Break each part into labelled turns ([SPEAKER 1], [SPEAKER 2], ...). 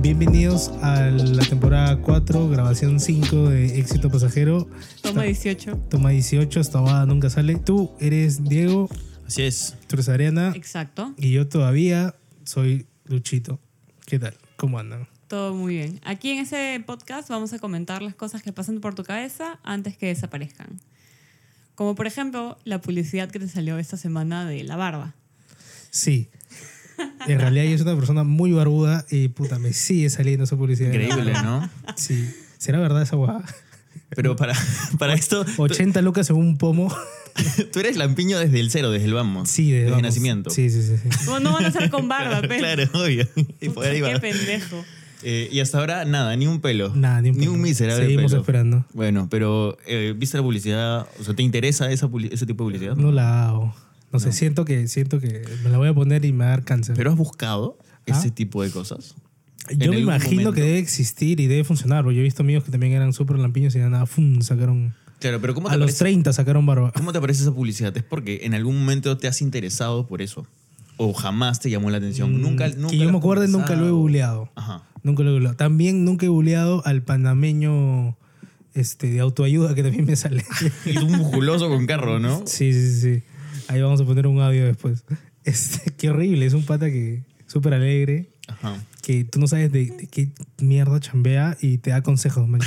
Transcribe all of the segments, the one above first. [SPEAKER 1] Bienvenidos a la temporada 4, grabación 5 de Éxito Pasajero.
[SPEAKER 2] Toma 18.
[SPEAKER 1] Toma 18, esta bobada nunca sale. Tú eres Diego,
[SPEAKER 3] Así es.
[SPEAKER 1] tú eres Ariana
[SPEAKER 2] Exacto.
[SPEAKER 1] y yo todavía soy Luchito. ¿Qué tal? ¿Cómo andan?
[SPEAKER 2] Todo muy bien. Aquí en ese podcast vamos a comentar las cosas que pasan por tu cabeza antes que desaparezcan. Como por ejemplo la publicidad que te salió esta semana de la barba.
[SPEAKER 1] Sí. En realidad yo soy una persona muy barbuda y puta, me sigue saliendo esa publicidad.
[SPEAKER 3] Increíble, ¿no?
[SPEAKER 1] Sí. ¿Será verdad esa guajada?
[SPEAKER 3] Pero para, para esto, tú,
[SPEAKER 1] 80 lucas en un pomo.
[SPEAKER 3] tú eres lampiño desde el cero, desde el vamos.
[SPEAKER 1] Sí, de,
[SPEAKER 3] desde
[SPEAKER 1] vamos.
[SPEAKER 3] el nacimiento.
[SPEAKER 1] Sí, sí, sí. sí.
[SPEAKER 2] Bueno, no van a ser con barba,
[SPEAKER 3] Claro,
[SPEAKER 2] pero.
[SPEAKER 3] claro, obvio. Y por ahí
[SPEAKER 2] Qué
[SPEAKER 3] va.
[SPEAKER 2] pendejo.
[SPEAKER 3] Eh, y hasta ahora, nada, ni un pelo.
[SPEAKER 1] Nada, ni un, pelo.
[SPEAKER 3] miserable
[SPEAKER 1] Seguimos
[SPEAKER 3] pelo.
[SPEAKER 1] esperando.
[SPEAKER 3] Bueno, pero eh, ¿viste la publicidad? O sea, ¿te interesa esa publi- ese tipo de publicidad?
[SPEAKER 1] No la hago. No, sé, siento que, siento que me la voy a poner y me va a dar cáncer.
[SPEAKER 3] ¿Pero has buscado
[SPEAKER 1] Ah.
[SPEAKER 3] ese tipo de cosas? en
[SPEAKER 1] yo me
[SPEAKER 3] algún
[SPEAKER 1] imagino
[SPEAKER 3] momento.
[SPEAKER 1] que debe existir y debe funcionar. porque Yo he visto amigos que también eran súper lampiños y de nada, ¡fum! sacaron.
[SPEAKER 3] Claro, pero ¿cómo
[SPEAKER 1] A
[SPEAKER 3] te,
[SPEAKER 1] los
[SPEAKER 3] parece,
[SPEAKER 1] 30 sacaron barba.
[SPEAKER 3] ¿cómo te parece esa publicidad? ¿Es porque en algún momento te has interesado por eso? ¿O jamás te llamó la atención? nunca, nunca.
[SPEAKER 1] Mm, que yo
[SPEAKER 3] lo
[SPEAKER 1] me
[SPEAKER 3] has
[SPEAKER 1] acuerde, nunca lo he
[SPEAKER 3] conversado?
[SPEAKER 1] googleado.
[SPEAKER 3] Ajá.
[SPEAKER 1] Nunca lo he googleado. También nunca he googleado al panameño este, de autoayuda que también me sale.
[SPEAKER 3] Y un musculoso con carro, ¿no?
[SPEAKER 1] Sí, sí, sí. Ahí vamos a poner un audio después. Este, qué horrible. Es un pata que súper alegre,
[SPEAKER 3] Ajá.
[SPEAKER 1] que tú no sabes de, de qué mierda chambea y te da consejos, man.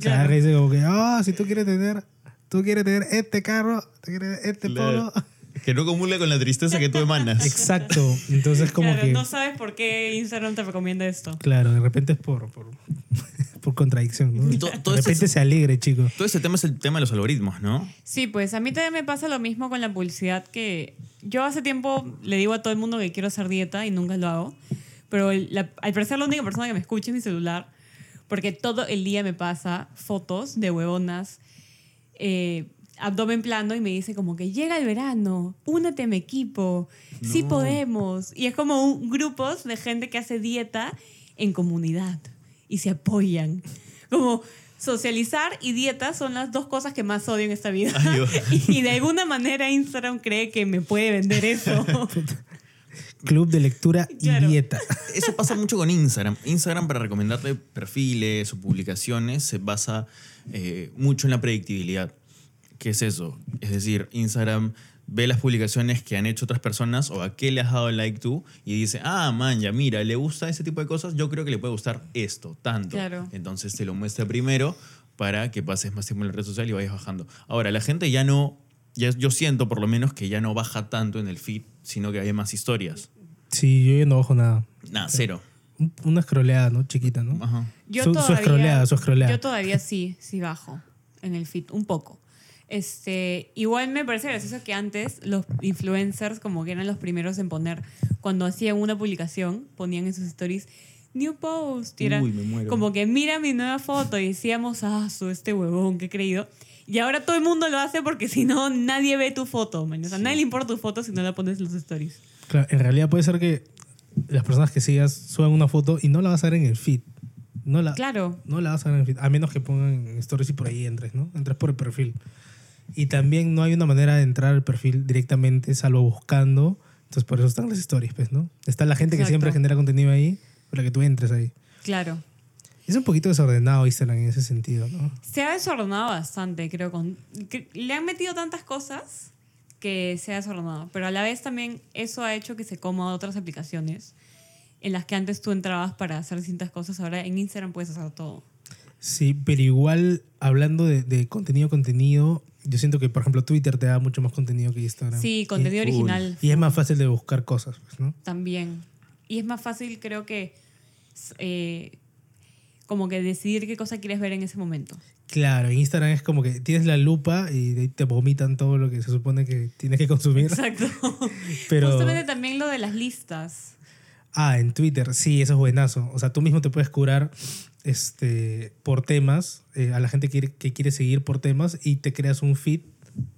[SPEAKER 1] Te agarra y dice como que, ah, si tú quieres tener, tú quieres tener este carro, tú quieres tener este
[SPEAKER 3] Claro.
[SPEAKER 1] polo.
[SPEAKER 3] Que no comula con la tristeza que tú emanas.
[SPEAKER 1] Exacto. Entonces como
[SPEAKER 2] Claro,
[SPEAKER 1] que,
[SPEAKER 2] no sabes por qué Instagram te recomienda esto.
[SPEAKER 1] claro, de repente es por, por, por contradicción, ¿no?
[SPEAKER 3] Y to- todo
[SPEAKER 1] de
[SPEAKER 3] esto
[SPEAKER 1] repente se alegre, chico.
[SPEAKER 3] Todo ese tema es el tema de los algoritmos, ¿no?
[SPEAKER 2] Sí, pues a mí también me pasa lo mismo con la publicidad que yo hace tiempo le digo a todo el mundo que quiero hacer dieta y nunca lo hago, pero el- la- al parecer la única persona que me escucha es mi celular, porque todo el día me pasa fotos de huevonas, eh, abdomen plano y me dice como que llega el verano, únete a mi equipo, sí
[SPEAKER 3] No.
[SPEAKER 2] podemos. Y es como un- grupos de gente que hace dieta en comunidad y se apoyan. Como socializar y dieta son las dos cosas que más odio en esta vida.
[SPEAKER 3] Ay, yo-
[SPEAKER 2] y de alguna manera Instagram cree que me puede vender eso.
[SPEAKER 1] Club de lectura y
[SPEAKER 2] Claro.
[SPEAKER 1] dieta.
[SPEAKER 3] Eso pasa mucho con Instagram. Instagram, para recomendarte perfiles o publicaciones, se basa eh, mucho en la predictibilidad. ¿Qué es eso? Es decir, Instagram ve las publicaciones que han hecho otras personas o a qué le has dado like tú y dice, ah, man, ya mira, le gusta ese tipo de cosas, yo creo que le puede gustar esto, tanto.
[SPEAKER 2] Claro.
[SPEAKER 3] Entonces te lo muestra primero para que pases más tiempo en la red social y vayas bajando. Ahora, la gente ya no, ya, yo siento por lo menos que ya no baja tanto en el feed, sino que hay más historias.
[SPEAKER 1] Sí, yo ya no bajo nada.
[SPEAKER 3] Nada, cero.
[SPEAKER 1] Un- Una escroleada, ¿no? Chiquita, ¿no?
[SPEAKER 3] Ajá.
[SPEAKER 2] Yo
[SPEAKER 1] Su- su
[SPEAKER 2] todavía,
[SPEAKER 1] escroleada, su escroleada.
[SPEAKER 2] Yo todavía sí, sí bajo en el feed, un poco. Este, igual me parece gracioso que antes los influencers como que eran los primeros en poner, cuando hacían una publicación, ponían en sus stories new post, y era
[SPEAKER 3] Uy, me muero.
[SPEAKER 2] como que mira mi nueva foto y decíamos, ah, su este huevón, qué creído. Y ahora todo el mundo lo hace porque si no nadie ve tu foto, man. o sea, nadie le importa tu foto si no la pones en los stories.
[SPEAKER 1] Claro, en realidad puede ser que las personas que sigas suban una foto y no la vas a ver en el feed. No la,
[SPEAKER 2] Claro.
[SPEAKER 1] no la vas a ver en el feed. A menos que pongan en stories y por ahí entres, ¿no? Entres por el perfil. Y también no hay una manera de entrar al perfil directamente, salvo buscando. Entonces por eso están las stories, pues, ¿no? Está la gente que
[SPEAKER 2] Exacto.
[SPEAKER 1] siempre genera contenido ahí para que tú entres ahí.
[SPEAKER 2] Claro.
[SPEAKER 1] Es un poquito desordenado Instagram en ese sentido, ¿no?
[SPEAKER 2] Se ha desordenado bastante, creo. Con, que le han metido tantas cosas que se ha desordenado. Pero a la vez también eso ha hecho que se coma otras aplicaciones en las que antes tú entrabas para hacer distintas cosas. Ahora en Instagram puedes hacer todo.
[SPEAKER 1] Sí, pero igual hablando de, de contenido, contenido, yo siento que, por ejemplo, Twitter te da mucho más contenido que Instagram.
[SPEAKER 2] Sí,
[SPEAKER 1] Y-
[SPEAKER 2] contenido
[SPEAKER 3] Uy.
[SPEAKER 2] original
[SPEAKER 1] Y es más fácil de buscar cosas, pues, ¿no?
[SPEAKER 2] también. Y es más fácil, creo que, s- eh, como que decidir qué cosa quieres ver en ese momento.
[SPEAKER 1] Claro, en Instagram es como que tienes la lupa y de ahí te vomitan todo lo que se supone que tienes que consumir.
[SPEAKER 2] Exacto.
[SPEAKER 1] Pero-
[SPEAKER 2] Justamente también lo de las listas.
[SPEAKER 1] Ah, en Twitter, sí, eso es buenazo. O sea, tú mismo te puedes curar este, por temas, eh, a la gente que, que quiere seguir por temas y te creas un feed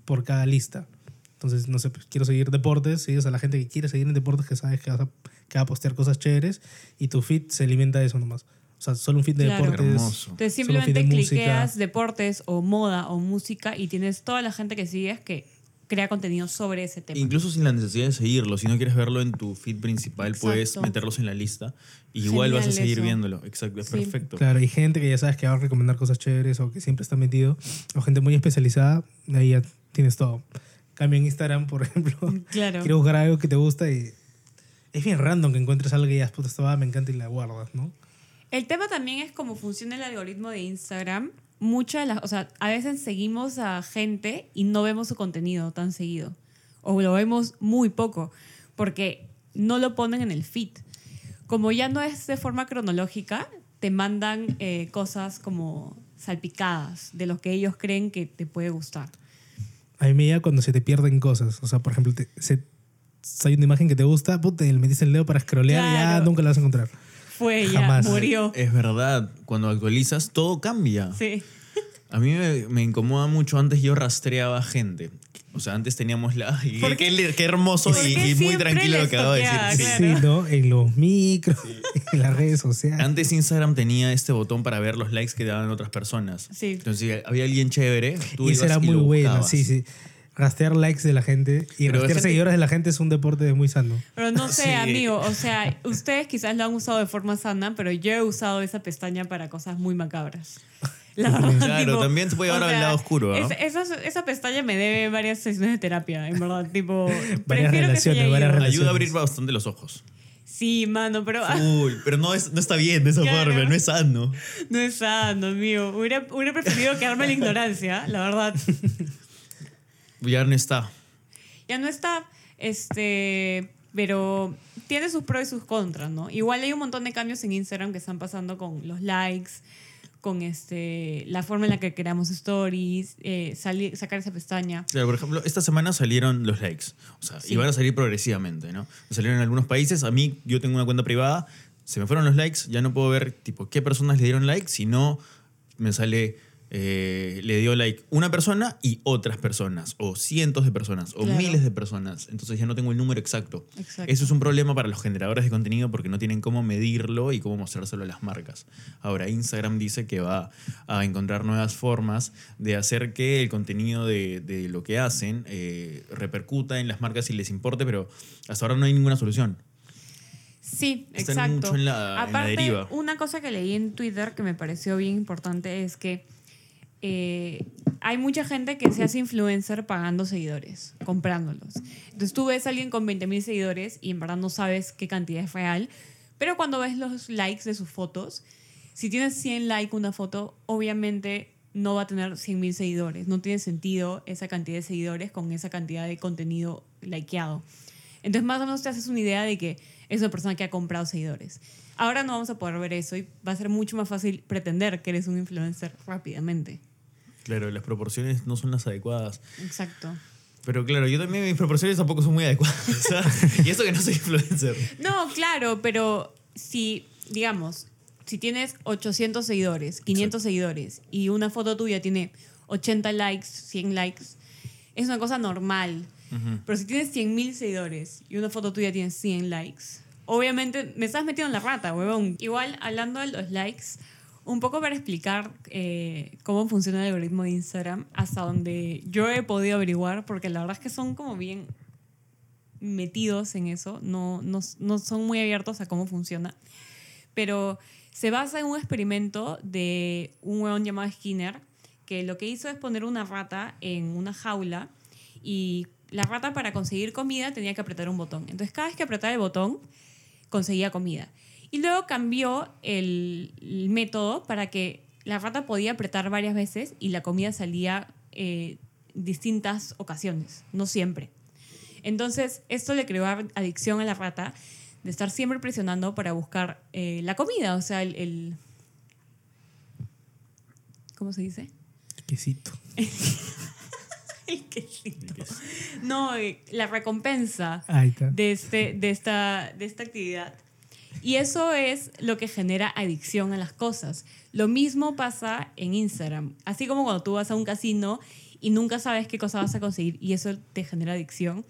[SPEAKER 1] por cada lista. Entonces, no sé, pues, quiero seguir deportes, sigues a la gente que quiere seguir en deportes que sabes que, vas a- que va a postear cosas chéveres y tu feed se alimenta de eso nomás. O sea, solo un feed de
[SPEAKER 2] Claro.
[SPEAKER 1] deportes.
[SPEAKER 3] Hermoso.
[SPEAKER 2] Entonces
[SPEAKER 1] solo un feed
[SPEAKER 2] simplemente
[SPEAKER 1] de música.
[SPEAKER 2] cliqueas deportes o moda o música y tienes toda la gente que sigues que crea contenido sobre ese tema.
[SPEAKER 3] Incluso sin la necesidad de seguirlo, si no quieres verlo en tu feed principal, puedes
[SPEAKER 2] Exacto.
[SPEAKER 3] meterlos en la lista. y igual vas a
[SPEAKER 2] Genial
[SPEAKER 3] seguir
[SPEAKER 2] eso.
[SPEAKER 3] viéndolo. Exacto, es
[SPEAKER 2] Sí.
[SPEAKER 3] perfecto.
[SPEAKER 1] Claro, hay gente que ya sabes que va a recomendar cosas chéveres o que siempre está metido, o gente muy especializada, ahí ya tienes todo. Cambio en Instagram, por ejemplo.
[SPEAKER 2] Claro.
[SPEAKER 1] Quiero buscar algo que te gusta y es bien random que encuentres algo que digas, puta, esta huevada me encanta y la guardas, ¿no?
[SPEAKER 2] El tema también es cómo funciona el algoritmo de Instagram. Muchas de las, o sea, a veces seguimos a gente y no vemos su contenido tan seguido. O lo vemos muy poco, porque no lo ponen en el feed. Como ya no es de forma cronológica, te mandan eh, cosas como salpicadas de lo que ellos creen que te puede gustar.
[SPEAKER 1] A mí me llega cuando se te pierden cosas. O sea, por ejemplo, te- se, si hay una imagen que te gusta, puta, y le metiste el dedo para scrollear y ya
[SPEAKER 2] Claro.
[SPEAKER 1] nunca la vas a encontrar.
[SPEAKER 2] Fue
[SPEAKER 1] Jamás.
[SPEAKER 2] ya, murió.
[SPEAKER 3] Es verdad, cuando actualizas todo cambia.
[SPEAKER 2] Sí.
[SPEAKER 3] A mí me, me incomoda mucho. Antes yo rastreaba gente. O sea, antes teníamos la. y
[SPEAKER 2] ¿Por
[SPEAKER 3] qué, qué hermoso
[SPEAKER 2] ¿Por
[SPEAKER 3] y,
[SPEAKER 2] qué
[SPEAKER 3] y muy
[SPEAKER 2] siempre
[SPEAKER 3] tranquilo lo
[SPEAKER 2] les
[SPEAKER 3] que acabo de decir.
[SPEAKER 2] toqueaba?
[SPEAKER 3] Sí.
[SPEAKER 2] Ah, Claro.
[SPEAKER 1] Sí, ¿no? En los micros, en las redes sociales.
[SPEAKER 3] Antes Instagram tenía este botón para ver los likes que daban otras personas.
[SPEAKER 2] Sí.
[SPEAKER 3] Entonces, si había alguien chévere, tú
[SPEAKER 1] y eso
[SPEAKER 3] ibas
[SPEAKER 1] era
[SPEAKER 3] y
[SPEAKER 1] muy
[SPEAKER 3] lo
[SPEAKER 1] bueno,
[SPEAKER 3] buscabas.
[SPEAKER 1] sí, sí. Rastrear likes de la gente y
[SPEAKER 3] Pero
[SPEAKER 1] rastrear
[SPEAKER 3] gente-
[SPEAKER 1] seguidores de la gente es un deporte muy sano.
[SPEAKER 2] Pero no sé,
[SPEAKER 3] Sí.
[SPEAKER 2] amigo, o sea, ustedes quizás lo han usado de forma sana, pero yo he usado esa pestaña para cosas muy macabras. La verdad,
[SPEAKER 3] Claro, también se puede
[SPEAKER 2] o
[SPEAKER 3] llevar al
[SPEAKER 2] sea,
[SPEAKER 3] lado oscuro, ¿no?
[SPEAKER 2] es- esas- esa pestaña me debe varias sesiones de terapia, en verdad, tipo... prefiero que
[SPEAKER 1] relaciones,
[SPEAKER 2] se haya ido.
[SPEAKER 1] varias relaciones.
[SPEAKER 3] Ayuda a abrir bastante los ojos.
[SPEAKER 2] Sí, mano, pero ah,
[SPEAKER 3] Uy, pero no, es, no está bien de esa
[SPEAKER 2] Claro.
[SPEAKER 3] forma, no es sano.
[SPEAKER 2] no es sano, amigo. Hubiera, hubiera preferido quedarme en la ignorancia, la verdad.
[SPEAKER 3] Ya no está.
[SPEAKER 2] ya no está, este, pero tiene sus pros y sus contras, ¿no? Igual hay un montón de cambios en Instagram que están pasando con los likes, con este, la forma en la que creamos stories, eh, sali- sacar esa pestaña.
[SPEAKER 3] Claro, por ejemplo, esta semana salieron los likes. O sea,
[SPEAKER 2] Sí.
[SPEAKER 3] y van a salir progresivamente, ¿no? Salieron en algunos países. A mí, yo tengo una cuenta privada, se me fueron los likes, ya no puedo ver, tipo, qué personas le dieron like, sino me sale, eh, le dio like una persona y otras personas, o cientos de personas, o
[SPEAKER 2] Claro.
[SPEAKER 3] miles de personas. Entonces ya no tengo el número exacto.
[SPEAKER 2] Exacto.
[SPEAKER 3] Eso es un problema para los generadores de contenido porque no tienen cómo medirlo y cómo mostrárselo a las marcas. Ahora, Instagram dice que va a encontrar nuevas formas de hacer que el contenido de, de lo que hacen eh, repercuta en las marcas y les importe, pero hasta ahora no hay ninguna solución.
[SPEAKER 2] Sí, exacto.
[SPEAKER 3] Están mucho en la- en la
[SPEAKER 2] Aparte,
[SPEAKER 3] deriva.
[SPEAKER 2] una cosa que leí en Twitter que me pareció bien importante es que eh, hay mucha gente que se hace influencer pagando seguidores, comprándolos. Entonces tú ves a alguien con 20.000 seguidores y en verdad no sabes qué cantidad es real, pero cuando ves los likes de sus fotos, si tienes 100 likes una foto, obviamente no va a tener 100.000 seguidores. No tiene sentido esa cantidad de seguidores con esa cantidad de contenido likeado. Entonces, más o menos te haces una idea de que es una persona que ha comprado seguidores. Ahora no vamos a poder ver eso y va a ser mucho más fácil pretender que eres un influencer rápidamente.
[SPEAKER 3] Claro, las proporciones no son las adecuadas.
[SPEAKER 2] Exacto.
[SPEAKER 3] Pero claro, yo también mis proporciones tampoco son muy adecuadas. O sea, y eso que no soy influencer.
[SPEAKER 2] No, claro, pero si, digamos, si tienes 800 seguidores, 500 seguidores y una foto tuya tiene 80 likes, 100 likes, es una cosa normal. Pero si tienes 100.000 seguidores y una foto tuya tiene 100 likes, obviamente me estás metiendo en la rata, huevón. Igual, hablando de los likes, un poco para explicar eh, cómo funciona el algoritmo de Instagram, hasta donde yo he podido averiguar, porque la verdad es que son como bien metidos en eso, no, no, no son muy abiertos a cómo funciona. Pero se basa en un experimento de un hueón llamado Skinner, que lo que hizo es poner una rata en una jaula y la rata para conseguir comida tenía que apretar un botón. Entonces cada vez que apretaba el botón conseguía comida. Y luego cambió el, el método para que la rata podía apretar varias veces y la comida salía eh, distintas ocasiones, no siempre. Entonces, esto le creó ar- adicción a la rata de estar siempre presionando para buscar eh, la comida, o sea, el, el- ¿Cómo se dice?
[SPEAKER 1] Quesito.
[SPEAKER 2] El quesito. No, eh, la recompensa
[SPEAKER 1] Ahí está.
[SPEAKER 2] de, este, de, esta, de esta actividad. Y eso es lo que genera adicción a las cosas. Lo mismo pasa en Instagram. Así como cuando tú vas a un casino y nunca sabes qué cosa vas a conseguir y eso te genera adicción.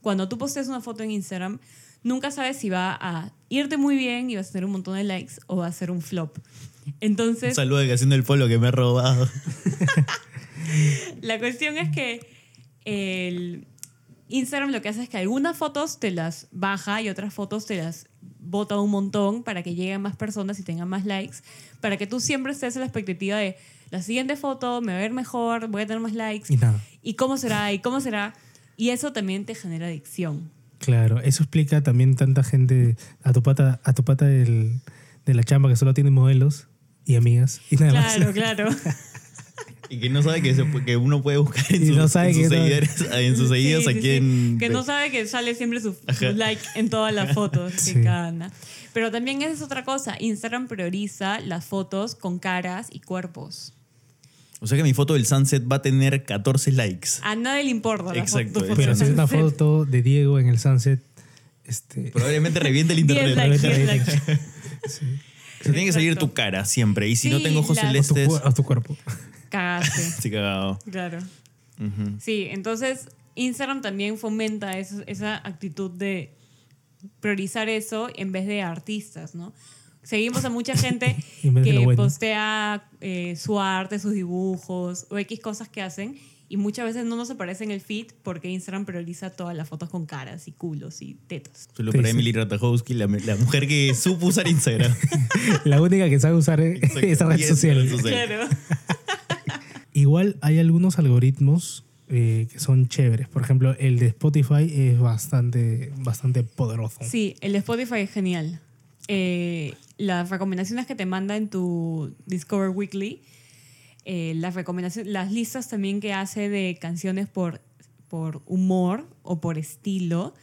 [SPEAKER 2] Cuando tú posteas una foto en Instagram, nunca sabes si va a irte muy bien y vas a tener un montón de likes o va a ser un flop.
[SPEAKER 3] Un
[SPEAKER 2] Entonces,
[SPEAKER 3] saludo de que haciendo el polo que me he robado.
[SPEAKER 2] La cuestión es que el Instagram lo que hace es que algunas fotos te las baja y otras fotos te las bota un montón para que lleguen más personas y tengan más likes, para que tú siempre estés en la expectativa de la siguiente foto me va a ver mejor, voy a tener más likes,
[SPEAKER 1] Y nada.
[SPEAKER 2] y cómo será, y cómo será. Y eso también te genera adicción.
[SPEAKER 1] Claro, eso explica también tanta gente a tu pata, a tu pata del- de la chamba que solo tiene modelos y amigas y nada más.
[SPEAKER 2] Claro, claro.
[SPEAKER 3] Y que no sabe que, se pu- que uno puede buscar en,
[SPEAKER 1] Y
[SPEAKER 3] sus-
[SPEAKER 1] no sabe
[SPEAKER 3] en sus
[SPEAKER 1] que no-
[SPEAKER 3] seguidores, en sus seguidos
[SPEAKER 2] Sí,
[SPEAKER 3] a
[SPEAKER 2] sí, sí.
[SPEAKER 3] quién.
[SPEAKER 2] Que no sabe que sale siempre su, su like en todas las fotos.
[SPEAKER 1] Sí.
[SPEAKER 2] que gana. Pero también esa es otra cosa. Instagram prioriza las fotos con caras y cuerpos.
[SPEAKER 3] O sea que mi foto del sunset va a tener 14 likes.
[SPEAKER 2] A nadie le importa. la
[SPEAKER 3] Exacto,
[SPEAKER 2] foto- tu
[SPEAKER 1] Pero si es una
[SPEAKER 2] sunset.
[SPEAKER 1] foto de Diego en el sunset, este,
[SPEAKER 3] Probablemente reviente el
[SPEAKER 2] 10 likes,
[SPEAKER 3] internet.
[SPEAKER 2] 10 likes.
[SPEAKER 3] O sea, tiene que salir
[SPEAKER 2] Exacto.
[SPEAKER 3] tu cara siempre. Y si no
[SPEAKER 2] Sí,
[SPEAKER 3] tengo ojos
[SPEAKER 2] la-
[SPEAKER 1] a, tu,
[SPEAKER 3] celestes.
[SPEAKER 1] cu- a tu cuerpo.
[SPEAKER 2] Cagaste.
[SPEAKER 3] Sí, cagado.
[SPEAKER 2] Claro.
[SPEAKER 3] Ujú.
[SPEAKER 2] Sí, entonces Instagram también fomenta eso- esa actitud de priorizar eso en vez de artistas, ¿no? Seguimos a mucha gente
[SPEAKER 1] En vez de
[SPEAKER 2] que
[SPEAKER 1] lo bueno.
[SPEAKER 2] postea eh, su arte, sus dibujos o X cosas que hacen y muchas veces no nos aparece en el feed porque Instagram prioriza todas las fotos con caras y culos y tetas.
[SPEAKER 3] Solo
[SPEAKER 1] Sí,
[SPEAKER 3] para
[SPEAKER 1] sí.
[SPEAKER 3] Emily Ratajkowski, la, la mujer que supo usar Instagram.
[SPEAKER 1] La única que sabe usar es-
[SPEAKER 3] Exacto.
[SPEAKER 1] esa red
[SPEAKER 3] Y esa
[SPEAKER 1] social.
[SPEAKER 3] red social. Sí.
[SPEAKER 2] Claro.
[SPEAKER 1] Igual hay algunos algoritmos eh, que son chéveres. Por ejemplo, el de Spotify es bastante, bastante poderoso.
[SPEAKER 2] Sí, el de Spotify es genial. Eh, las recomendaciones que te manda en tu Discover Weekly, eh, las, recomendaciones, las listas también que hace de canciones por, por humor o por estilo.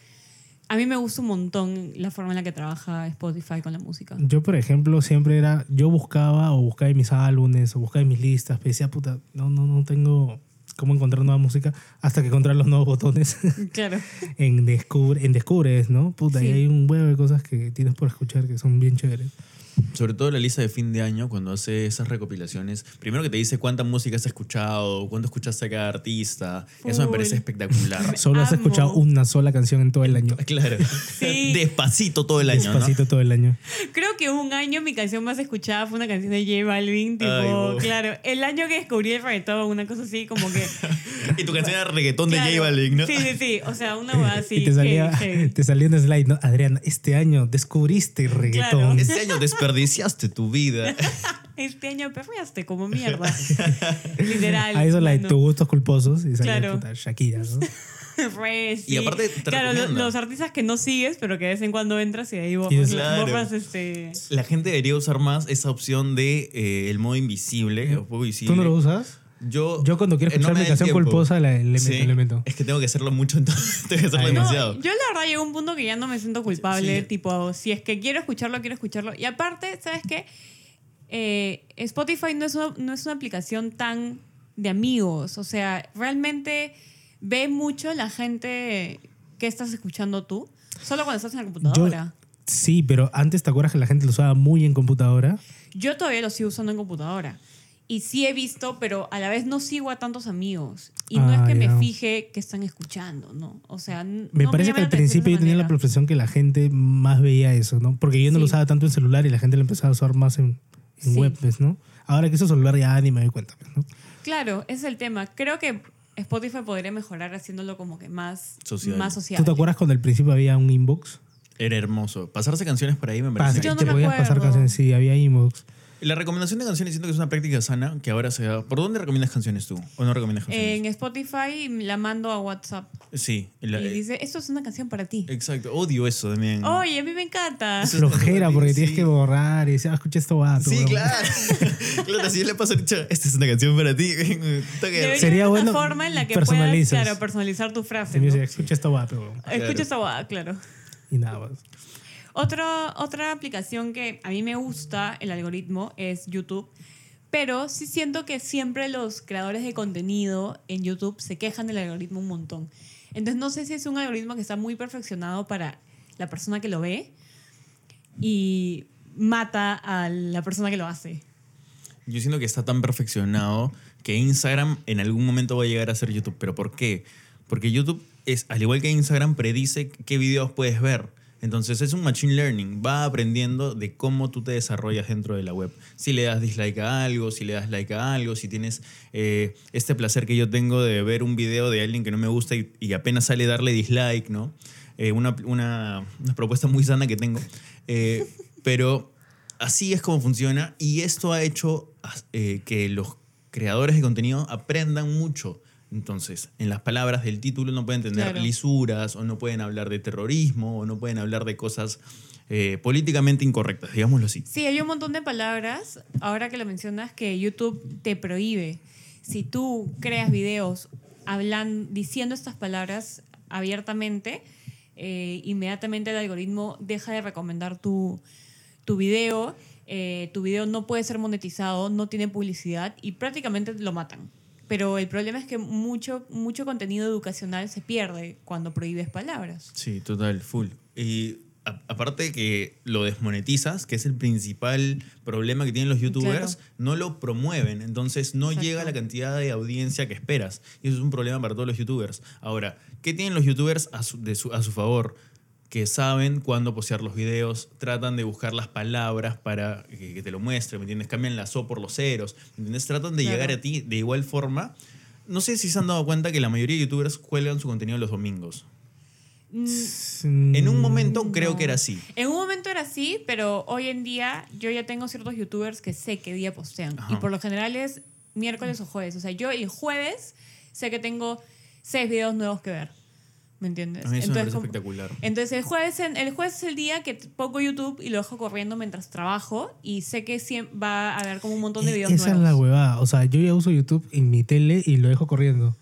[SPEAKER 2] A mí me gusta un montón la forma en la que trabaja Spotify con la música.
[SPEAKER 1] Yo, por ejemplo, siempre era, yo buscaba o buscaba en mis álbumes o buscaba en mis listas, pero decía, puta, no, no, no tengo cómo encontrar nueva música hasta que encontrar los nuevos botones
[SPEAKER 2] Claro.
[SPEAKER 1] en, descubre, en Descubres, ¿no? Puta, y
[SPEAKER 2] Sí.
[SPEAKER 1] hay un huevo de cosas que tienes por escuchar que son bien chéveres.
[SPEAKER 3] Sobre todo la lista de fin de año, cuando hace esas recopilaciones. Primero que te dice cuánta música has escuchado, cuánto escuchaste a cada artista. Eso me
[SPEAKER 2] Full.
[SPEAKER 3] parece espectacular.
[SPEAKER 1] Solo has
[SPEAKER 2] Amo.
[SPEAKER 1] escuchado una sola canción en todo el año.
[SPEAKER 3] claro.
[SPEAKER 2] Sí.
[SPEAKER 3] Despacito todo el año,
[SPEAKER 1] Despacito todo el año.
[SPEAKER 2] Creo que un año mi canción más escuchada fue una canción de J Balvin, tipo,
[SPEAKER 3] Ay, wow.
[SPEAKER 2] claro, el año que descubrí el reggaetón, una cosa así, como que...
[SPEAKER 3] ¿no? Y tu canción era reggaetón de J
[SPEAKER 2] claro.
[SPEAKER 3] Balvin, ¿no?
[SPEAKER 2] Sí, sí, Ah, sí, o sea, una hueá así.
[SPEAKER 1] y te salía,
[SPEAKER 2] heavy, heavy.
[SPEAKER 1] te salía un slide, ¿no? Adriana, este año descubriste reggaetón.
[SPEAKER 2] Claro.
[SPEAKER 3] Ese Este año desperdiciaste tu vida.
[SPEAKER 2] Este año perreaste como mierda. Literal.
[SPEAKER 1] A eso la de
[SPEAKER 2] mano.
[SPEAKER 1] tus gustos culposos y salía
[SPEAKER 2] Claro.
[SPEAKER 1] puta Shakira, ¿no?
[SPEAKER 2] Re, sí.
[SPEAKER 3] aparte te
[SPEAKER 2] Claro, lo- los,
[SPEAKER 3] recomienda.
[SPEAKER 2] artistas que no sigues, pero que de vez en cuando entras y ahí bo-
[SPEAKER 1] Y es-
[SPEAKER 3] Claro.
[SPEAKER 2] borras este.
[SPEAKER 3] La gente debería usar más esa opción de eh, el modo invisible. o poco visible.
[SPEAKER 1] ¿Tú no lo usas?
[SPEAKER 3] Yo,
[SPEAKER 1] Yo cuando quiero
[SPEAKER 3] eh, no
[SPEAKER 1] escuchar
[SPEAKER 3] me
[SPEAKER 1] mi
[SPEAKER 3] da el
[SPEAKER 1] canción
[SPEAKER 3] tiempo.
[SPEAKER 1] culposa la, le meto,
[SPEAKER 3] Sí.
[SPEAKER 1] le meto.
[SPEAKER 3] Es que tengo que hacerlo mucho, entonces tengo que hacerlo
[SPEAKER 1] Ay, no.
[SPEAKER 3] demasiado.
[SPEAKER 2] Yo la verdad llegó a un punto que ya no me siento culpable,
[SPEAKER 3] Sí.
[SPEAKER 2] tipo, si es que quiero escucharlo, quiero escucharlo. Y aparte, ¿sabes qué? Eh, Spotify no es, una, no es una aplicación tan de amigos, o sea, realmente ve mucho la gente que estás escuchando tú, solo cuando estás en la computadora.
[SPEAKER 1] Sí, pero antes te acuerdas que la gente lo usaba muy en computadora.
[SPEAKER 2] Yo todavía lo sigo usando en computadora. Y sí he visto, pero a la vez no sigo a tantos amigos. Y no es
[SPEAKER 1] Ah,
[SPEAKER 2] que
[SPEAKER 1] ya.
[SPEAKER 2] me fije que están escuchando, ¿no. O sea, n-
[SPEAKER 1] Me
[SPEAKER 2] no
[SPEAKER 1] parece
[SPEAKER 2] llama
[SPEAKER 1] que al
[SPEAKER 2] la atención de
[SPEAKER 1] principio yo
[SPEAKER 2] esa
[SPEAKER 1] tenía la
[SPEAKER 2] manera.
[SPEAKER 1] profesión que la gente más veía eso, ¿no? Porque yo no lo
[SPEAKER 2] Sí.
[SPEAKER 1] usaba tanto en celular y la gente lo empezaba a usar más en, en
[SPEAKER 2] Sí.
[SPEAKER 1] web, pues, ¿no? Ahora que uso celular ya ni me doy cuenta, pues, ¿no?
[SPEAKER 2] Claro, ese es el tema. Creo que Spotify podría mejorar haciéndolo como que más
[SPEAKER 3] Social.
[SPEAKER 2] social. Más social.
[SPEAKER 1] ¿Tú te acuerdas cuando al principio había un inbox?
[SPEAKER 3] Era hermoso. Pasarse canciones por ahí me
[SPEAKER 1] Pasa,
[SPEAKER 3] parece.
[SPEAKER 2] Yo no
[SPEAKER 1] te
[SPEAKER 2] me
[SPEAKER 1] podías pasar
[SPEAKER 2] acuerdo.
[SPEAKER 1] canciones, sí, había inbox.
[SPEAKER 3] La recomendación de canciones siento que es una práctica sana que ahora se da. ¿Por dónde recomiendas canciones tú? ¿O no recomiendas
[SPEAKER 2] En
[SPEAKER 3] canciones?
[SPEAKER 2] Spotify la mando a WhatsApp
[SPEAKER 3] sí. la- eh,
[SPEAKER 2] y Eh, dice, esto es una canción para ti.
[SPEAKER 3] exacto. Odio eso también.
[SPEAKER 2] Oye, a mí me encanta.
[SPEAKER 3] Eso es
[SPEAKER 1] Flojera,
[SPEAKER 3] natural,
[SPEAKER 1] porque
[SPEAKER 3] sí.
[SPEAKER 1] tienes que borrar y decir, ah, escucha esto vato.
[SPEAKER 3] Sí,
[SPEAKER 1] weón.
[SPEAKER 3] claro. claro, así le pasa dicho, esta es una canción para ti. Toca-
[SPEAKER 2] Debería
[SPEAKER 1] Sí. Sería
[SPEAKER 2] haber una
[SPEAKER 1] bueno
[SPEAKER 2] forma en la que puedas
[SPEAKER 1] personalizas.
[SPEAKER 2] claro, personalizar tu frase.
[SPEAKER 1] Y me
[SPEAKER 2] ¿no?
[SPEAKER 1] dice, escucha esto vato. weón".
[SPEAKER 2] Escucha esa guada, claro.
[SPEAKER 1] Y nada más.
[SPEAKER 2] Otro, otra aplicación que a mí me gusta el algoritmo es YouTube. Pero sí siento que siempre los creadores de contenido en YouTube se quejan del algoritmo un montón. Entonces no sé si es un algoritmo que está muy perfeccionado para la persona que lo ve y mata a la persona que lo hace.
[SPEAKER 3] Yo siento que está tan perfeccionado que Instagram en algún momento va a llegar a ser YouTube. ¿Pero por qué? Porque YouTube, es, al igual que Instagram, predice qué videos puedes ver. Entonces es un machine learning, va aprendiendo de cómo tú te desarrollas dentro de la web. Si le das dislike a algo, si le das like a algo, si tienes eh, este placer que yo tengo de ver un video de alguien que no me gusta y, y apenas sale darle dislike, ¿no? Eh, una, una- una propuesta muy sana que tengo. Eh, pero así es como funciona y esto ha hecho as- eh, que los creadores de contenido aprendan mucho. Entonces, en las palabras del título no pueden tener
[SPEAKER 2] Claro.
[SPEAKER 3] lisuras o no pueden hablar de terrorismo o no pueden hablar de cosas eh, políticamente incorrectas, digámoslo así.
[SPEAKER 2] Sí, hay un montón de palabras, ahora que lo mencionas, que YouTube te prohíbe. Si tú creas videos hablan, diciendo estas palabras abiertamente, eh, inmediatamente el algoritmo deja de recomendar tu, tu video, eh, tu video no puede ser monetizado, no tiene publicidad y prácticamente lo matan. Pero el problema es que mucho, mucho contenido educacional se pierde cuando prohíbes palabras.
[SPEAKER 3] Sí, total, full. Y a- aparte que lo desmonetizas, que es el principal problema que tienen los youtubers, no lo promueven, entonces no
[SPEAKER 2] Exacto.
[SPEAKER 3] llega la cantidad de audiencia que esperas. Y eso es un problema para todos los youtubers. Ahora, ¿qué tienen los youtubers a su, de su- a su favor? Que saben cuándo postear los videos, tratan de buscar las palabras para que, que te lo muestre, ¿me entiendes? Cambian la O por los ceros, ¿me entiendes? Tratan de
[SPEAKER 2] Claro.
[SPEAKER 3] llegar a ti de igual forma. No sé si se han dado cuenta que la mayoría de youtubers cuelgan su contenido los domingos.
[SPEAKER 2] Mm,
[SPEAKER 3] En un momento creo
[SPEAKER 2] No.
[SPEAKER 3] que era así.
[SPEAKER 2] En un momento era así, pero hoy en día yo ya tengo ciertos youtubers que sé qué día postean.
[SPEAKER 3] Ajá.
[SPEAKER 2] Y por lo general es miércoles o jueves. O sea, yo el jueves sé que tengo seis videos nuevos que ver. ¿Me entiendes?
[SPEAKER 3] A mí eso me parece
[SPEAKER 2] como-
[SPEAKER 3] espectacular.
[SPEAKER 2] entonces el jueves, en- el jueves es el día que pongo YouTube y lo dejo corriendo mientras trabajo y sé que siem- va a haber como un montón de videos
[SPEAKER 1] E Esa es
[SPEAKER 2] nuevos.
[SPEAKER 1] la huevada. O sea, yo ya uso YouTube en mi tele y lo dejo corriendo.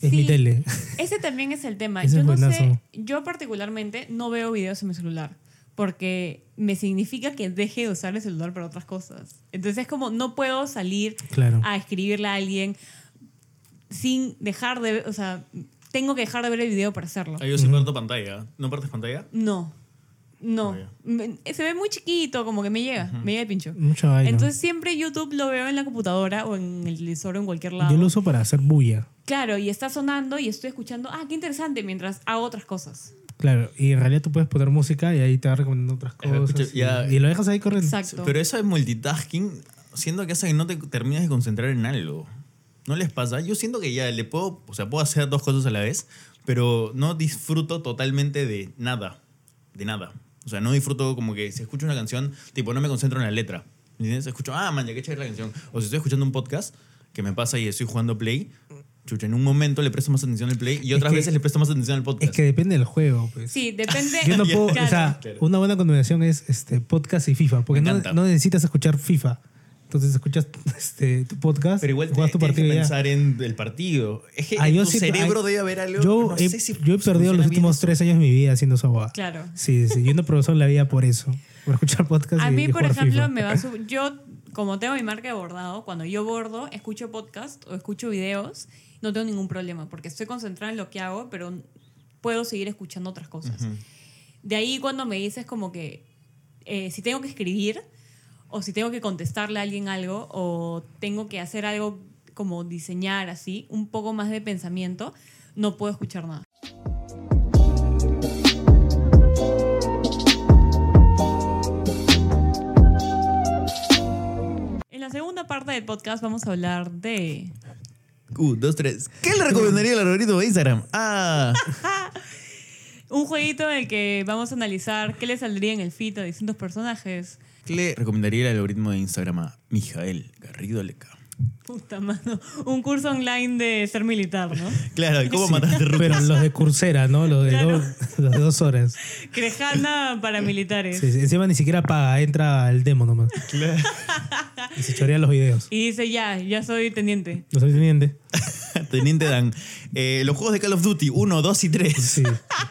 [SPEAKER 1] En
[SPEAKER 2] Sí.
[SPEAKER 1] mi tele.
[SPEAKER 2] Ese también es el tema.
[SPEAKER 1] Ese
[SPEAKER 2] yo
[SPEAKER 1] es
[SPEAKER 2] no sé,
[SPEAKER 1] buenazo.
[SPEAKER 2] yo particularmente no veo videos en mi celular porque me significa que deje de usar el celular para otras cosas. Entonces es como no puedo salir
[SPEAKER 1] Claro.
[SPEAKER 2] a escribirle a alguien sin dejar de, o sea, tengo que dejar de ver el video para hacerlo.
[SPEAKER 3] Ah, yo sí parto pantalla. ¿No partes pantalla?
[SPEAKER 2] No. No,
[SPEAKER 3] Ah, ya.
[SPEAKER 2] Me- se ve muy chiquito, como que me llega, me llega el pincho.
[SPEAKER 1] Mucha vaina.
[SPEAKER 2] Entonces siempre YouTube lo veo en la computadora o en el televisor o en cualquier lado.
[SPEAKER 1] yo lo uso para hacer bulla.
[SPEAKER 2] Claro, y está sonando y estoy escuchando, ah, qué interesante, mientras hago otras cosas.
[SPEAKER 1] Claro. Y en realidad tú puedes poner música y ahí te va recomendando otras
[SPEAKER 3] Eh, escucha,
[SPEAKER 1] cosas. y-
[SPEAKER 3] ya-
[SPEAKER 1] y, lo dejas ahí corriendo.
[SPEAKER 2] Exacto.
[SPEAKER 3] Pero eso es multitasking, siento que hace que no te termines de concentrar en algo. ¿No les pasa? Yo siento que ya le puedo, o sea, puedo hacer dos cosas a la vez, pero no disfruto totalmente de nada. De nada. O sea, no disfruto como que si escucho una canción, tipo, no me concentro en la letra. ¿Me ¿Entiendes? Escucho, ah, man, ya que chévere la canción. O si estoy escuchando un podcast, que me pasa y estoy jugando play, chucha, en un momento le presto más atención al play y otras
[SPEAKER 1] que-
[SPEAKER 3] veces le presto más atención al
[SPEAKER 1] Es
[SPEAKER 3] podcast.
[SPEAKER 1] que depende del juego, pues.
[SPEAKER 2] Sí, depende.
[SPEAKER 1] Yo no puedo,
[SPEAKER 2] Claro.
[SPEAKER 1] o sea,
[SPEAKER 3] Claro.
[SPEAKER 1] una buena combinación es este podcast y FIFA, porque
[SPEAKER 3] Me
[SPEAKER 1] no,
[SPEAKER 3] encanta.
[SPEAKER 1] no necesitas escuchar FIFA. Entonces escuchas este, tu podcast,
[SPEAKER 3] Pero igual
[SPEAKER 1] juegas
[SPEAKER 3] tienes
[SPEAKER 1] tu
[SPEAKER 3] que
[SPEAKER 1] partido y ya.
[SPEAKER 3] pensar en el partido. Es que
[SPEAKER 1] Ah,
[SPEAKER 3] en
[SPEAKER 1] yo
[SPEAKER 3] tu
[SPEAKER 1] sí-
[SPEAKER 3] cerebro
[SPEAKER 1] ay,
[SPEAKER 3] debe haber algo.
[SPEAKER 1] Yo,
[SPEAKER 3] no
[SPEAKER 1] he,
[SPEAKER 3] sé si
[SPEAKER 1] yo he perdido
[SPEAKER 3] funciona
[SPEAKER 1] los
[SPEAKER 3] bien
[SPEAKER 1] últimos
[SPEAKER 3] eso.
[SPEAKER 1] tres años de mi vida haciendo esa boda.
[SPEAKER 2] Claro.
[SPEAKER 1] Sí, sí, yo no profesor la vida por eso, por escuchar podcast
[SPEAKER 2] A
[SPEAKER 1] y,
[SPEAKER 2] mí,
[SPEAKER 1] y
[SPEAKER 2] por
[SPEAKER 1] jugar
[SPEAKER 2] ejemplo,
[SPEAKER 1] FIFA.
[SPEAKER 2] me va a sub- Yo, como tengo mi marca de bordado, cuando yo bordo, escucho podcast o escucho videos, no tengo ningún problema, porque estoy concentrada en lo que hago, pero puedo seguir escuchando otras cosas.
[SPEAKER 3] Ujú.
[SPEAKER 2] De ahí cuando me dices como que eh, si tengo que escribir o si tengo que contestarle a alguien algo o tengo que hacer algo como diseñar así, un poco más de pensamiento, no puedo escuchar nada. En la segunda parte del podcast vamos a hablar de...
[SPEAKER 3] Uh, dos, tres. ¿Qué le recomendaría al algoritmo de Instagram? Ah,
[SPEAKER 2] Un jueguito en el que vamos a analizar qué le saldría en el feed a distintos personajes.
[SPEAKER 3] ¿qué le recomendaría el algoritmo de Instagram a Mijael Garrido Leca?
[SPEAKER 2] Puta mano. Un curso online de ser militar, ¿no?
[SPEAKER 3] Claro, ¿y cómo mataste rutas?
[SPEAKER 1] Pero los de Coursera, ¿no? Los de,
[SPEAKER 2] Claro.
[SPEAKER 1] dos, los de dos horas.
[SPEAKER 2] Crejana para militares.
[SPEAKER 1] Sí, sí, encima ni siquiera paga, entra al demo nomás. Y se chorea los videos.
[SPEAKER 2] Y dice, ya, ya soy teniente.
[SPEAKER 1] ¿No soy teniente?
[SPEAKER 3] Teniente Dan. Eh, los juegos de Call of Duty, 1, 2 y 3.
[SPEAKER 1] Sí.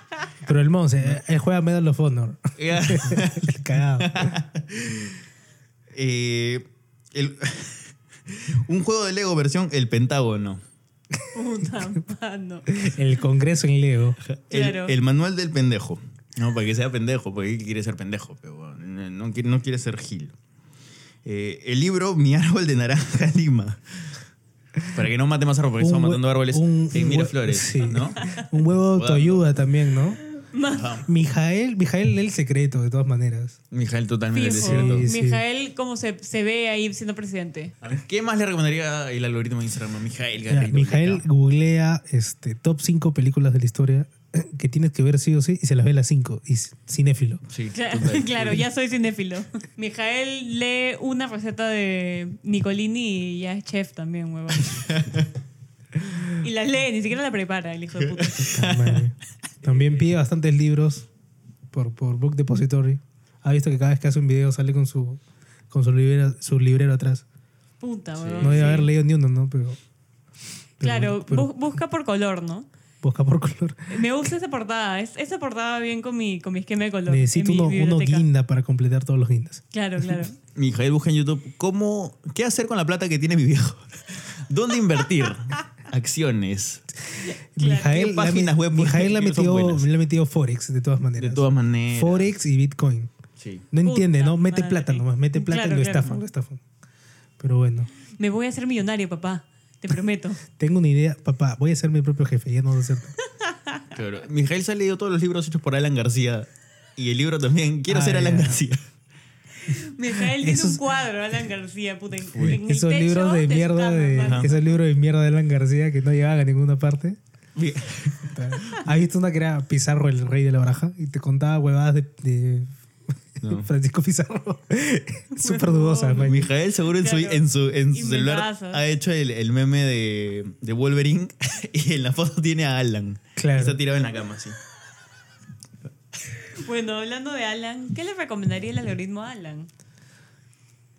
[SPEAKER 1] Pero el Monse, él juega Medal of Honor. El cagado.
[SPEAKER 3] Eh, el- un juego de Lego versión El Pentágono.
[SPEAKER 2] Puta mano.
[SPEAKER 1] El congreso en Lego.
[SPEAKER 3] El,
[SPEAKER 2] Claro.
[SPEAKER 3] el manual del pendejo. No, para que sea pendejo, porque él quiere ser pendejo, pero bueno, no, no quiere- no quiere ser gil. Eh, el libro Mi árbol de naranja Lima. Para que no mate más árboles, porque
[SPEAKER 1] Un
[SPEAKER 3] estamos
[SPEAKER 1] hue-
[SPEAKER 3] matando árboles
[SPEAKER 1] un-
[SPEAKER 3] en
[SPEAKER 1] un hue-
[SPEAKER 3] Miraflores,
[SPEAKER 1] sí.
[SPEAKER 3] ¿no?
[SPEAKER 1] Un huevo
[SPEAKER 3] Jugando.
[SPEAKER 1] autoayuda también, ¿no? Mijael, Mijael el secreto, de todas maneras.
[SPEAKER 3] Mijael, totalmente
[SPEAKER 2] Fijo.
[SPEAKER 3] cierto.
[SPEAKER 1] Ah, Sí, sí.
[SPEAKER 2] Mijael, como se, se ve ahí siendo presidente.
[SPEAKER 3] A ver, ¿Qué más le recomendaría el algoritmo de Instagram a Mijael
[SPEAKER 1] Mira,
[SPEAKER 3] Garrido?
[SPEAKER 1] Mijael
[SPEAKER 3] Gatica?
[SPEAKER 1] googlea este, top 5 películas de la historia que tienes que ver sí o sí y se las ve las 5 y es cinéfilo.
[SPEAKER 3] Sí,
[SPEAKER 2] Claro,
[SPEAKER 3] total.
[SPEAKER 2] claro, ya soy cinéfilo. Mijael lee una receta de Nicolini y ya es chef también, huevón. Y las lee, ni siquiera la prepara el hijo de puta.
[SPEAKER 1] Ah, madre. También pide bastantes libros por, por Book Depository. Ha visto que cada vez que hace un video sale con su con su librero, su librero atrás.
[SPEAKER 2] Puta,
[SPEAKER 3] Sí.
[SPEAKER 2] huevón.
[SPEAKER 1] No debe
[SPEAKER 2] sí.
[SPEAKER 1] haber leído ni uno, ¿no? Pero, pero-
[SPEAKER 2] Claro,
[SPEAKER 1] pero
[SPEAKER 2] bu- busca por color, ¿no?
[SPEAKER 1] busca por color.
[SPEAKER 2] Me gusta esa portada. Es, esa portada va bien con mi, con mi esquema de color.
[SPEAKER 1] Necesito
[SPEAKER 2] en mi
[SPEAKER 1] uno, uno
[SPEAKER 2] biblioteca.
[SPEAKER 1] guinda para completar todos los guindas.
[SPEAKER 2] Claro, claro.
[SPEAKER 3] Mijael busca en YouTube cómo, qué hacer con la plata que tiene mi viejo. ¿Dónde invertir? Acciones.
[SPEAKER 2] Claro,
[SPEAKER 1] Mijael,
[SPEAKER 3] ¿qué
[SPEAKER 1] le ha-
[SPEAKER 3] páginas web
[SPEAKER 1] Mijael le ha
[SPEAKER 3] son
[SPEAKER 1] metido,
[SPEAKER 3] buenas?
[SPEAKER 1] le ha metido Forex, de todas maneras.
[SPEAKER 3] De todas maneras.
[SPEAKER 1] Forex y Bitcoin.
[SPEAKER 3] Sí.
[SPEAKER 1] No entiende,
[SPEAKER 2] Puta
[SPEAKER 1] ¿no? Mete
[SPEAKER 2] madre.
[SPEAKER 1] plata nomás, mete plata
[SPEAKER 2] Claro,
[SPEAKER 1] y lo
[SPEAKER 2] claro.
[SPEAKER 1] estafan, lo estafan. Pero bueno,
[SPEAKER 2] Me voy a hacer millonario, papá. Te prometo.
[SPEAKER 1] tengo una idea, papá, voy a ser mi propio jefe, ya no vas a ser.
[SPEAKER 3] Claro. Mijael se ha leído todos los libros hechos por Alan García. Y el libro también, Quiero ser
[SPEAKER 1] Ah,
[SPEAKER 3] Alan
[SPEAKER 1] ya.
[SPEAKER 3] García.
[SPEAKER 2] Mijael tiene un
[SPEAKER 1] Esos-
[SPEAKER 2] cuadro, Alan García, puta. En, en el
[SPEAKER 1] Esos
[SPEAKER 2] techo
[SPEAKER 1] libros de
[SPEAKER 2] te
[SPEAKER 1] mierda
[SPEAKER 2] estafan,
[SPEAKER 1] de
[SPEAKER 2] mano.
[SPEAKER 1] esos libros de mierda de Alan García que no llegaban a ninguna parte.
[SPEAKER 3] Mi-
[SPEAKER 1] ¿Has visto una que era Pizarro, el rey de la baraja? Y te contaba huevadas de, de
[SPEAKER 3] No.
[SPEAKER 1] Francisco Pizarro. Súper dudosa, man.
[SPEAKER 3] Mijael seguro en su,
[SPEAKER 2] Claro.
[SPEAKER 3] en su, en su
[SPEAKER 2] Y
[SPEAKER 3] celular
[SPEAKER 2] memazos.
[SPEAKER 3] ha hecho el, el meme de, de Wolverine y en la foto tiene a Alan.
[SPEAKER 1] Claro.
[SPEAKER 3] Y Está tirado en la cama, sí.
[SPEAKER 2] Bueno, hablando de Alan, ¿qué le recomendaría el algoritmo a Alan?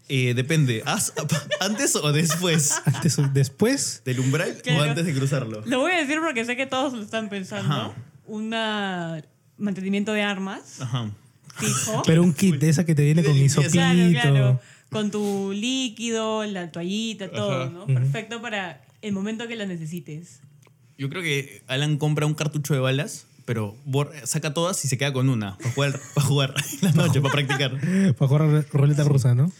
[SPEAKER 3] Eh, depende, ¿haz- ¿antes o después
[SPEAKER 1] Antes o- después,
[SPEAKER 3] del umbral
[SPEAKER 2] Claro.
[SPEAKER 3] o antes de cruzarlo?
[SPEAKER 2] Lo voy a decir porque sé que todos lo están pensando.
[SPEAKER 3] Ajá.
[SPEAKER 2] Una mantenimiento de armas
[SPEAKER 3] Ajá.
[SPEAKER 2] fijo.
[SPEAKER 1] pero un kit de esa que te viene con
[SPEAKER 3] De
[SPEAKER 1] hisopito.
[SPEAKER 3] limpieza.
[SPEAKER 2] claro, claro. Con tu líquido, la toallita, todo,
[SPEAKER 3] Ajá.
[SPEAKER 2] ¿no? Perfecto para el momento que la necesites.
[SPEAKER 3] Yo creo que Alan compra un cartucho de balas, pero bor- saca todas y se queda con una para jugar, para jugar en la noche, para practicar.
[SPEAKER 1] Para jugar a ruleta rusa, ¿no?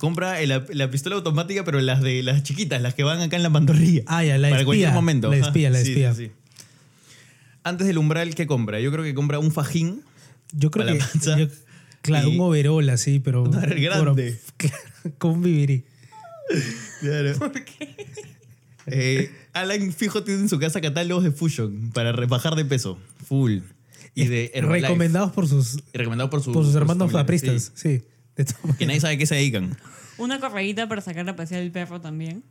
[SPEAKER 3] Compra el- la, pistola automática, pero las de las chiquitas, las que van acá en la pantorrilla.
[SPEAKER 1] Ah, ya, la
[SPEAKER 3] Para cualquier
[SPEAKER 1] espía,
[SPEAKER 3] momento.
[SPEAKER 1] la
[SPEAKER 3] ajá.
[SPEAKER 1] espía, la
[SPEAKER 3] Sí, sí,
[SPEAKER 1] espía.
[SPEAKER 3] sí. Antes del umbral, ¿qué compra? Yo creo que compra un fajín.
[SPEAKER 1] Yo creo
[SPEAKER 3] Para la
[SPEAKER 1] que.
[SPEAKER 3] panza.
[SPEAKER 1] yo- claro,
[SPEAKER 3] Y-
[SPEAKER 1] un overol así, pero.
[SPEAKER 3] Un overol grande.
[SPEAKER 1] pero- claro, con un vivirí.
[SPEAKER 3] Claro.
[SPEAKER 2] ¿Por qué?
[SPEAKER 3] Eh, Alan Fijo tiene en su casa catálogos de Fusion para re- bajar de peso. Full. Y de Herbalife.
[SPEAKER 1] Recomendados por sus,
[SPEAKER 3] Y recomendado por, su-
[SPEAKER 1] Eh, por sus hermanos
[SPEAKER 3] familiares,
[SPEAKER 1] papristas. Sí. de todas
[SPEAKER 3] sí.
[SPEAKER 1] maneras.
[SPEAKER 3] Que nadie sabe a qué se dedican.
[SPEAKER 2] Una correíta para sacar a pasear el perro también.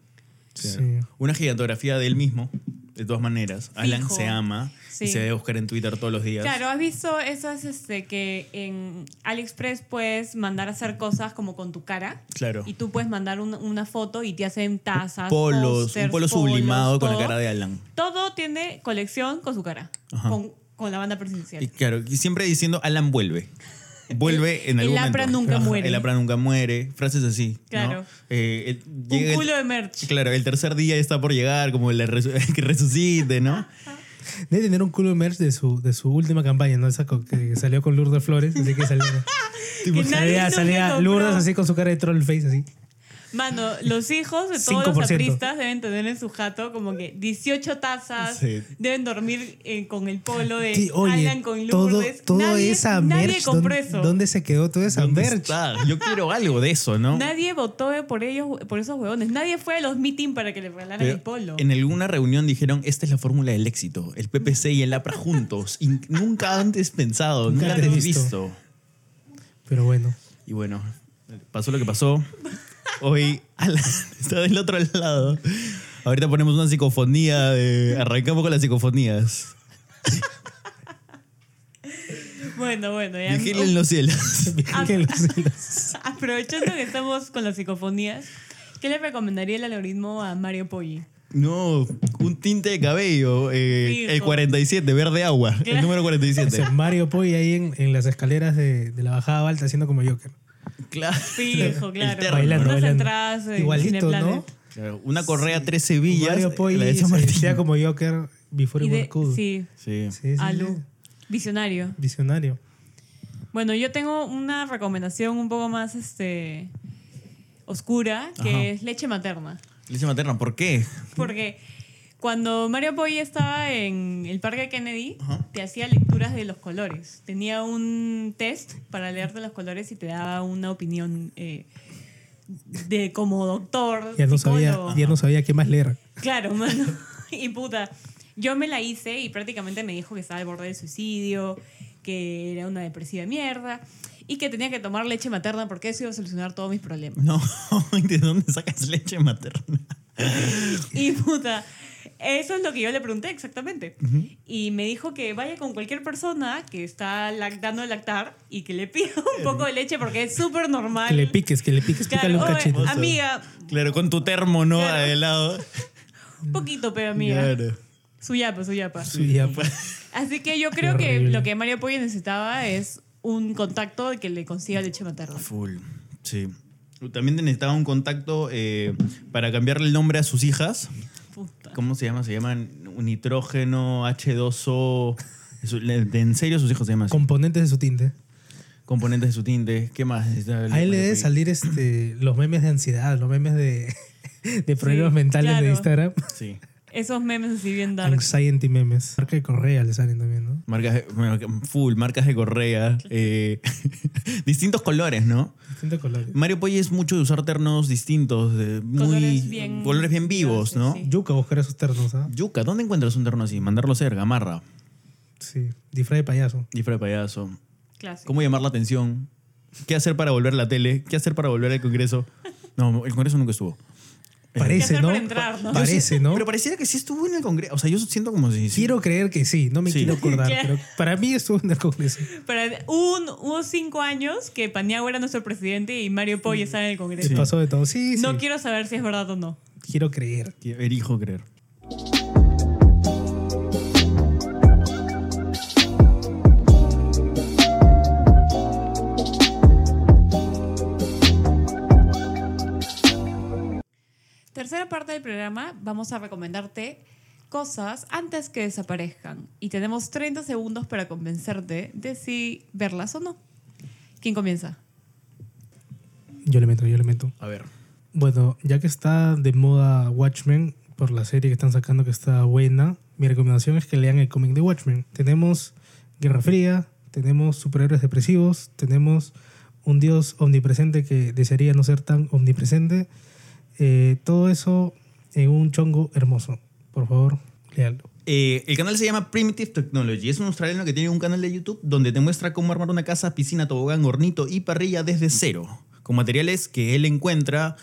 [SPEAKER 1] Sí.
[SPEAKER 3] Una gigantografía de él mismo, de todas maneras. Alan
[SPEAKER 2] Fijo.
[SPEAKER 3] se ama
[SPEAKER 2] Sí.
[SPEAKER 3] y se debe buscar en Twitter todos los días.
[SPEAKER 2] Claro, ¿has visto eso? Es este, que en AliExpress puedes mandar a hacer cosas como con tu cara.
[SPEAKER 3] Claro.
[SPEAKER 2] Y tú puedes mandar un- una foto y te hacen tazas.
[SPEAKER 3] Polos,
[SPEAKER 2] pósters,
[SPEAKER 3] un polo
[SPEAKER 2] polos,
[SPEAKER 3] sublimado con la
[SPEAKER 2] todo.
[SPEAKER 3] cara de Alan.
[SPEAKER 2] Todo tiene colección con su cara.
[SPEAKER 3] Ajá.
[SPEAKER 2] Con, con la banda presidencial.
[SPEAKER 3] Y claro, y siempre diciendo Alan vuelve. Vuelve en
[SPEAKER 2] el
[SPEAKER 3] algún momento.
[SPEAKER 2] Apra nunca
[SPEAKER 3] Ajá,
[SPEAKER 2] muere.
[SPEAKER 3] El Apra nunca muere. Frases así. ¿no?
[SPEAKER 2] Claro.
[SPEAKER 3] Eh, el- llega
[SPEAKER 2] un
[SPEAKER 3] el-
[SPEAKER 2] culo de merch.
[SPEAKER 3] Claro, el tercer día está por llegar, como la resu- que resucite, ¿no?
[SPEAKER 1] Debe tener un culo de merch de su, de su última campaña, ¿no? Esa co- que salió con Lourdes Flores. Así que salió.
[SPEAKER 2] Que nadie
[SPEAKER 1] salía
[SPEAKER 2] nunca
[SPEAKER 1] salía
[SPEAKER 2] compró.
[SPEAKER 1] Lourdes así con su cara de troll face, así.
[SPEAKER 2] Mano, los hijos de todos los
[SPEAKER 1] 5%.
[SPEAKER 2] apristas deben tener en su jato como que 18 tazas.
[SPEAKER 3] Sí.
[SPEAKER 2] Deben dormir eh, con el polo de
[SPEAKER 1] Sí, oye,
[SPEAKER 2] Alan con
[SPEAKER 1] todo,
[SPEAKER 2] Lourdes.
[SPEAKER 1] toda
[SPEAKER 2] nadie,
[SPEAKER 1] esa
[SPEAKER 2] nadie
[SPEAKER 1] merch.
[SPEAKER 2] compró
[SPEAKER 1] ¿dónde,
[SPEAKER 2] eso.
[SPEAKER 1] dónde se quedó toda esa
[SPEAKER 3] ¿Dónde
[SPEAKER 1] merch?
[SPEAKER 3] está? Yo quiero algo de eso, ¿no?
[SPEAKER 2] Nadie votó por ellos, por esos huevones. Nadie fue a los meetings para que le regalaran
[SPEAKER 3] Pero
[SPEAKER 2] el polo.
[SPEAKER 3] En alguna reunión dijeron, esta es la fórmula del éxito, el PPC y el APRA juntos. Y nunca antes pensado, nunca
[SPEAKER 1] antes
[SPEAKER 3] antes
[SPEAKER 1] visto.
[SPEAKER 3] visto.
[SPEAKER 1] Pero bueno.
[SPEAKER 3] Y bueno, pasó lo que pasó. Hoy Alan está del otro lado. Ahorita ponemos una psicofonía de... Arrancamos con las psicofonías.
[SPEAKER 2] Bueno, bueno, ya.
[SPEAKER 3] Vigil en los cielos.
[SPEAKER 1] Virgen de los cielos.
[SPEAKER 2] Aprovechando que estamos con las psicofonías, ¿qué le recomendaría el algoritmo a Mario Poggi?
[SPEAKER 3] No, un tinte de cabello. eh,
[SPEAKER 2] Fijo.
[SPEAKER 3] el 47, verde agua.
[SPEAKER 2] Claro.
[SPEAKER 3] El número
[SPEAKER 1] O sea,
[SPEAKER 3] 47.
[SPEAKER 1] Mario Poi ahí en, en las escaleras de, de la bajada alta haciendo como Joker.
[SPEAKER 3] Claro.
[SPEAKER 2] Fijo, claro.
[SPEAKER 3] terno,
[SPEAKER 1] Bailando,
[SPEAKER 2] Unas
[SPEAKER 1] bailando.
[SPEAKER 2] entradas en
[SPEAKER 1] Igualito, ¿no?
[SPEAKER 2] Cineplanet.
[SPEAKER 3] Claro, Una correa tres Sevillas.
[SPEAKER 1] Mario Poi
[SPEAKER 3] la de San
[SPEAKER 1] se
[SPEAKER 3] Martín.
[SPEAKER 1] vestía como Joker before
[SPEAKER 2] Y
[SPEAKER 1] he
[SPEAKER 2] de-
[SPEAKER 1] was cool.
[SPEAKER 2] sí,
[SPEAKER 3] Sí.
[SPEAKER 1] Sí, sí,
[SPEAKER 2] Alu.
[SPEAKER 1] sí.
[SPEAKER 2] Visionario.
[SPEAKER 1] Visionario.
[SPEAKER 2] Bueno, yo tengo una recomendación un poco más este oscura, que
[SPEAKER 3] Ajá.
[SPEAKER 2] es leche materna.
[SPEAKER 3] Leche materna, ¿por qué?
[SPEAKER 2] Porque Cuando Mario Poi estaba en el Parque Kennedy,
[SPEAKER 3] Ajá.
[SPEAKER 2] te hacía lecturas de los colores. Tenía un test para leerte los colores y te daba una opinión eh, de como doctor.
[SPEAKER 1] Ya no, sabía,
[SPEAKER 2] psicólogo.
[SPEAKER 1] ya no sabía qué más leer.
[SPEAKER 2] Claro, mano. Y puta, yo me la hice y prácticamente me dijo que estaba al borde del suicidio, que era una depresiva de mierda y que tenía que tomar leche materna porque eso iba a solucionar todos mis problemas.
[SPEAKER 3] No, ¿de dónde sacas leche materna?
[SPEAKER 2] Y puta, eso es lo que yo le pregunté exactamente. Y me dijo que vaya con cualquier persona que está lactando de lactar y que le pida un poco de leche porque es súper normal.
[SPEAKER 1] Que le piques, que le piques,
[SPEAKER 2] Claro,
[SPEAKER 1] pícale un
[SPEAKER 2] oye,
[SPEAKER 1] cachito.
[SPEAKER 2] amiga,
[SPEAKER 3] Claro, con tu termo, ¿no?
[SPEAKER 2] Claro.
[SPEAKER 3] De lado.
[SPEAKER 2] un poquito, pero amiga. Su yapa, su yapa.
[SPEAKER 1] Sí, ya, pues.
[SPEAKER 2] Así que yo creo
[SPEAKER 1] Qué
[SPEAKER 2] que
[SPEAKER 1] horrible.
[SPEAKER 2] lo que Mario Puyo necesitaba es un contacto de que le consiga leche materna.
[SPEAKER 3] Full, sí. También necesitaba un contacto eh, para cambiarle el nombre a sus hijas.
[SPEAKER 2] Puta.
[SPEAKER 3] ¿Cómo se llama? Se llaman nitrógeno, H2O. Eso, le- de- En serio, sus hijos se llaman así.
[SPEAKER 1] Componentes de su tinte.
[SPEAKER 3] Componentes de su tinte. ¿Qué más? necesitaba el-
[SPEAKER 1] A él le deben
[SPEAKER 3] el-
[SPEAKER 1] salir este, los memes de ansiedad, los memes de, de problemas
[SPEAKER 2] Sí,
[SPEAKER 1] mentales
[SPEAKER 2] claro.
[SPEAKER 1] de Instagram.
[SPEAKER 3] Sí.
[SPEAKER 2] Esos memes así bien dark.
[SPEAKER 1] Anxiety memes. Marca de Correa le salen también, ¿no?
[SPEAKER 3] Marcas de- marca- full, marcas de correa. eh, distintos colores, ¿no?
[SPEAKER 1] Distintos colores.
[SPEAKER 3] Mario Poy es mucho de usar ternos distintos, de muy,
[SPEAKER 2] Colores bien-
[SPEAKER 3] colores bien vivos, ¿no?
[SPEAKER 2] Sí.
[SPEAKER 1] Yuca buscar esos ternos, ¿ah?
[SPEAKER 3] Yuca, ¿dónde encuentras un terno así? Mandarlo a hacer, gamarra,
[SPEAKER 1] Sí. Disfraz de payaso.
[SPEAKER 3] disfraz de payaso.
[SPEAKER 2] Clásico.
[SPEAKER 3] ¿Cómo llamar la atención? ¿Qué hacer para volver a la tele? ¿Qué hacer para volver al Congreso? No, el Congreso nunca estuvo. Eh,
[SPEAKER 1] Parece,
[SPEAKER 2] hacer
[SPEAKER 1] ¿no?
[SPEAKER 2] para entrar, ¿no?
[SPEAKER 1] Parece, ¿no?
[SPEAKER 3] Pero pareciera que sí estuvo en el Congreso. O sea, yo siento como si...
[SPEAKER 1] Quiero creer que sí, no me
[SPEAKER 3] Sí.
[SPEAKER 1] quiero acordar,
[SPEAKER 2] Claro.
[SPEAKER 1] pero para mí estuvo en el Congreso.
[SPEAKER 2] Pero un, hubo cinco años que Paniagua era nuestro presidente y Mario Poy estaba en el Congreso.
[SPEAKER 1] Se pasó de todo. Sí, sí.
[SPEAKER 2] No quiero saber si es verdad o no.
[SPEAKER 1] Quiero creer.
[SPEAKER 3] Quiero- Erijo creer.
[SPEAKER 2] Tercera parte del programa, vamos a recomendarte cosas antes que desaparezcan. Y tenemos 30 segundos para convencerte de si verlas o no. ¿Quién comienza?
[SPEAKER 1] Yo le meto, yo le meto.
[SPEAKER 3] A ver.
[SPEAKER 1] Bueno, ya que está de moda Watchmen por la serie que están sacando que está buena, mi recomendación es que lean el cómic de Watchmen. Tenemos Guerra Fría, tenemos superhéroes depresivos, tenemos un dios omnipresente que desearía no ser tan omnipresente. Eh, todo eso en un chongo hermoso. Por favor, leanlo.
[SPEAKER 3] Eh, el canal se llama Primitive Technology. Es un australiano que tiene un canal de YouTube donde te muestra cómo armar una casa, piscina, tobogán, hornito y parrilla desde cero. Con materiales que él encuentra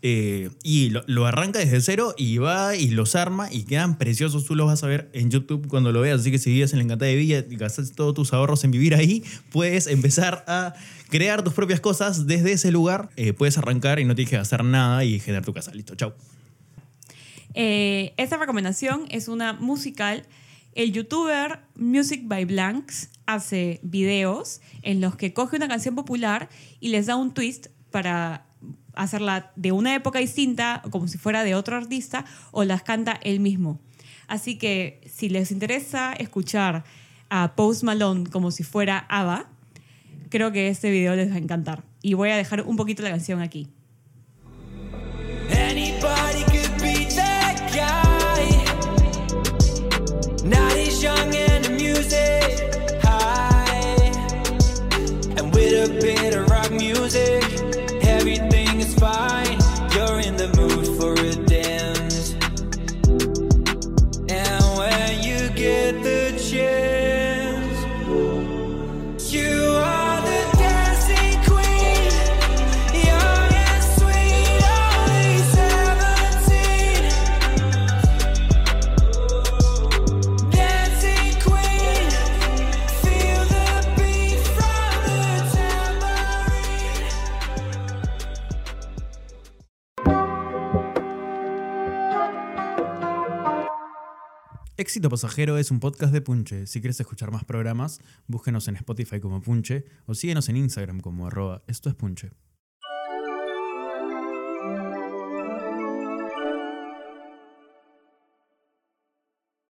[SPEAKER 3] eh, y lo, lo arranca desde cero y va y los arma y quedan preciosos. Tú los vas a ver en YouTube cuando lo veas. Así que si vives en la encantada de Villa y gastaste todos tus ahorros en vivir ahí, puedes empezar a crear tus propias cosas desde ese lugar. Eh, puedes arrancar y no tienes que gastar nada y generar tu casa. Listo, chao.
[SPEAKER 2] Eh, esta recomendación es una musical. El youtuber Music by Blanks hace videos en los que coge una canción popular y les da un twist para hacerla de una época distinta, como si fuera de otro artista, o las canta él mismo. Así que si les interesa escuchar a Post Malone como si fuera ABBA, creo que este video les va a encantar. Y voy a dejar un poquito la canción aquí.
[SPEAKER 4] Anybody could be that guy. Now he's young and the music high. And with a bit of rock music, everything is fine. You're in the mood for a dance. And when you get the chance, you are the dancing queen. Young and sweet, only seventeen. Dancing queen, feel the beat from the tambourine.
[SPEAKER 3] Éxito Pasajero es un podcast de Punche. Si quieres escuchar más programas, búsquenos en Spotify como Punche o síguenos en Instagram como arroba esto es Punche.